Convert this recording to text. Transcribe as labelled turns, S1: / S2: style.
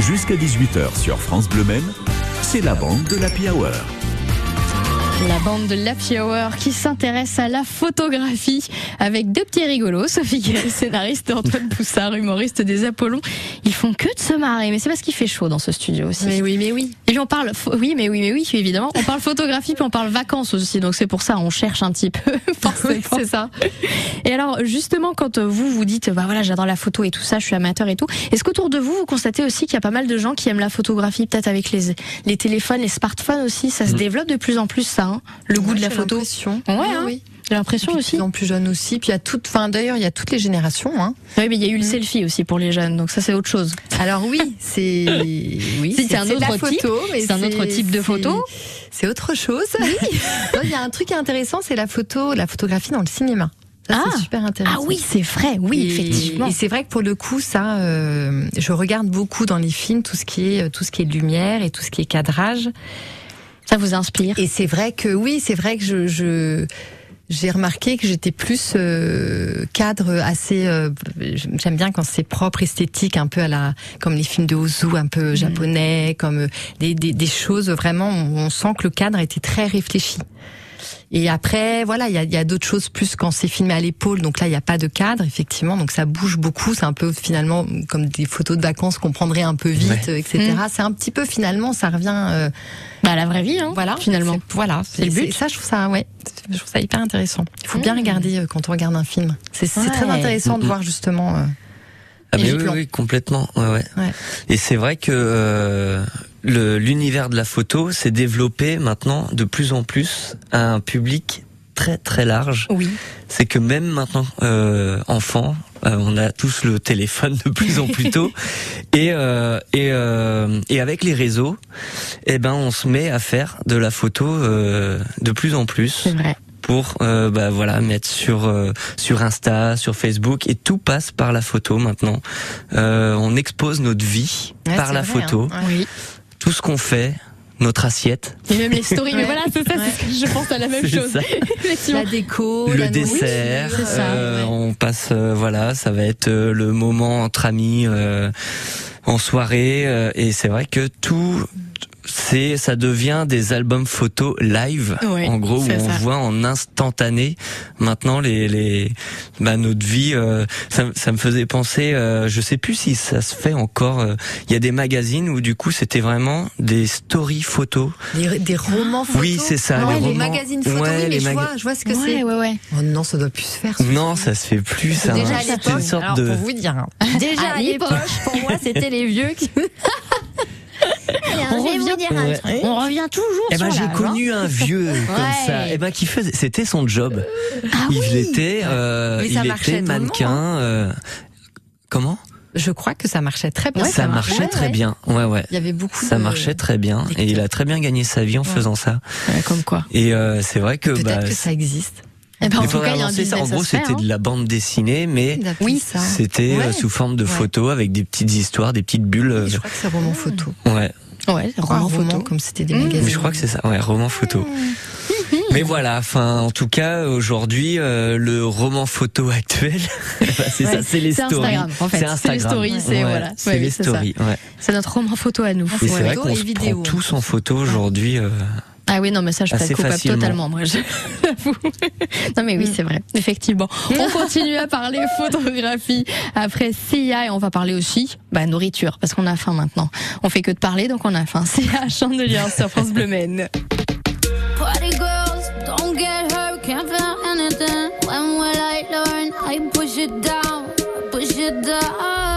S1: Jusqu'à 18h sur France Bleu Même, c'est la bande de l'Happy Hour.
S2: La bande de l'Happy Hour qui s'intéresse à la photographie avec deux petits rigolos, Sophie Guéret, scénariste, et Antoine Poussard, humoriste des Apollons. Ils font que de se marrer, mais c'est parce qu'il fait chaud dans ce studio aussi.
S3: Mais oui, mais oui.
S2: Et puis on parle, pho- oui, mais oui, mais oui, évidemment. On parle photographie, puis on parle vacances aussi, donc c'est pour ça on cherche un petit peu. forcément.
S3: Oui,
S2: c'est ça. Et alors justement, quand vous vous dites, bah voilà, j'adore la photo et tout ça, je suis amateur et tout. Est-ce qu'autour de vous, vous constatez aussi qu'il y a pas mal de gens qui aiment la photographie, peut-être avec les les téléphones, les smartphones aussi, ça se développe de plus en plus ça, hein, le goût de la photo. Ouais, hein.
S3: oui.
S2: J'ai l'impression
S3: Puis de
S2: aussi.
S3: plus en plus jeune aussi. Puis il y a toutes, enfin d'ailleurs il y a toutes les générations. Hein.
S2: Oui, mais il y a eu le selfie aussi pour les jeunes, donc ça c'est autre chose.
S3: Alors oui, c'est oui,
S2: C'est un autre
S3: la
S2: type.
S3: photo, mais
S2: C'est un autre type de
S3: c'est-
S2: photo.
S3: C'est autre chose. Non, Il y a un truc intéressant, c'est la photo, la photographie dans le cinéma. Ça,
S2: Ah.
S3: c'est super intéressant.
S2: Ah oui, c'est vrai, oui,
S3: Et-
S2: effectivement.
S3: Et c'est vrai que pour le coup, ça, euh, je regarde beaucoup dans les films tout ce qui est euh, tout ce qui est lumière et tout ce qui est cadrage.
S2: Ça vous inspire.
S3: Et c'est vrai que oui, c'est vrai que je, je- j'ai remarqué que j'étais plus euh, cadre assez. euh, j'aime bien quand c'est propre, esthétique, un peu à la comme les films de Ozu, un peu japonais, comme euh, des, des, des choses vraiment. où On sent que le cadre était très réfléchi. Et après, voilà, il y a, il y a d'autres choses plus quand c'est filmé à l'épaule. Donc là, il n'y a pas de cadre, effectivement. Donc ça bouge beaucoup. C'est un peu finalement comme des photos de vacances qu'on prendrait un peu vite, euh, etc. C'est un petit peu finalement, ça revient. euh,
S2: Bah la vraie vie, hein,
S3: voilà,
S2: finalement.
S3: c'est- Voilà,
S2: C'est le but.
S3: Ça, je trouve ça, ouais, je trouve ça hyper intéressant. Il faut bien regarder euh, quand on regarde un film. C'est c'est
S2: Ouais.
S3: très intéressant de
S4: Mhm.
S3: voir justement. euh,
S4: Ah
S3: Et
S4: mais
S3: du
S4: oui,
S3: plan.
S4: oui, complètement. Ouais, ouais.
S3: Ouais.
S4: Et c'est vrai que euh, le- l'univers de la photo s'est développé maintenant de plus en plus à un public très très large.
S2: Oui.
S4: C'est que même maintenant, euh, enfant, euh, on a tous le téléphone de plus en plus tôt, et euh, et, euh, et avec les réseaux, eh ben on se met à faire de la photo euh, de plus en plus
S2: C'est vrai.
S4: pour euh, bah, voilà mettre sur euh, sur Insta, sur Facebook et tout passe par la photo maintenant. Euh, on expose notre vie
S3: ouais,
S4: par
S3: c'est
S4: la
S3: vrai,
S4: photo,
S3: hein. Ouais.
S2: Oui.
S4: tout ce qu'on fait, notre assiette,
S2: Et même les stories. Mais
S3: Ouais.
S2: voilà, c'est ça, c'est ce que je pense à la même
S4: C'est
S2: chose.
S4: ça.
S2: Effectivement.
S3: La déco,
S4: le
S3: Oh, la nourriture,
S4: dessert,
S2: c'est ça,
S4: euh, on passe euh, voilà, ça va être euh, le moment entre amis euh, en soirée euh, et c'est vrai que tout c'est ça devient des albums photos live
S2: Ouais,
S4: en gros où
S2: c'est
S4: on
S2: ça.
S4: voit en instantané maintenant les les bah, notre vie euh, ça, me- ça me faisait penser euh, je sais plus si ça se fait encore euh, il y a des magazines où du coup c'était vraiment des stories photos
S3: des, des romans photos.
S4: Oui, c'est ça,
S3: Ouais,
S4: les
S3: les,
S4: romans.
S3: magazines photos.
S4: Ouais,
S3: oui, mais
S4: les
S3: je,
S4: maga-
S3: vois, je vois ce que
S2: ouais,
S3: c'est.
S2: ouais, ouais.
S3: Oh non, ça doit plus se faire. ça.
S4: non ça se fait plus ça
S3: Déjà à
S4: C'était
S3: l'époque.
S4: une sorte
S3: alors,
S4: de
S3: Pour vous dire, hein,
S2: Déjà
S3: à l'époque,
S2: pour moi, c'était les vieux qui. on, revient,
S4: Ouais.
S2: on revient toujours
S4: Eh
S2: sur
S4: ben,
S2: la
S4: j'ai connu un vieux comme ça. Eh ben, qui faisait, c'était son job.
S2: Ah
S4: il était, euh,
S3: Mais ça
S4: il
S3: marchait
S4: était
S3: à tout le monde,
S4: mannequin. euh, comment
S3: je crois que ça marchait très bien.
S4: Ça marchait
S3: ouais,
S4: très
S3: ouais.
S4: bien. Ouais, ouais.
S3: Il y avait beaucoup.
S4: Ça
S3: de-
S4: marchait très bien
S3: des
S4: et il a très bien gagné sa vie en faisant ça.
S2: comme quoi.
S4: Et euh, c'est vrai que
S3: Peut-être
S4: bah,
S3: que
S4: c'est-
S3: ça existe.
S2: Eh ben, en
S4: il
S2: tout
S4: faudrait
S2: cas, il y a un
S4: avancer ça.
S2: business
S4: En
S2: à
S4: gros,
S2: se faire,
S4: c'était
S2: hein.
S4: de la bande dessinée, mais
S3: Oui, ça.
S4: c'était euh,
S3: Ouais.
S4: sous forme de
S3: Ouais.
S4: photos avec des petites histoires, des petites bulles. euh,
S3: Je crois que c'est roman photo.
S4: ouais.
S2: hein. Ouais,
S3: Ah. Roman,
S2: roman photo.
S3: comme c'était des
S2: Mmh.
S3: magazines.
S4: Mais je crois que c'est ça, ouais, roman photo. Mais voilà, enfin, en tout cas, aujourd'hui, euh, le roman photo actuel, bah, c'est
S2: Ouais,
S4: ça, c'est les
S2: c'est
S4: stories.
S2: Instagram, en fait.
S4: C'est
S2: C'est les
S4: Instagram.
S2: stories, c'est-
S4: Ouais,
S2: voilà.
S4: c'est
S2: Ouais,
S4: les
S2: oui, c'est ça.
S4: stories. Ouais.
S2: C'est notre roman photo à nous.
S4: Et
S3: Ouais.
S4: c'est vrai
S3: Photo
S4: qu'on
S3: et
S4: se
S3: vidéo,
S4: prend
S3: en
S4: tous en photo aujourd'hui. euh,
S2: Ah oui, non, mais ça, je peux
S4: Assez
S2: être coupable
S4: facilement.
S2: totalement, moi, je l'avoue. Non, mais oui, c'est vrai, effectivement. On continue à parler photographie après CIA et on va parler aussi bah, nourriture, parce qu'on a faim maintenant. On fait que de parler, donc on a faim. CIA Chandelier sur France Bleu Maine.
S5: Party girls, don't get hurt, can't feel anything. When will I learn? I push it down, push it down.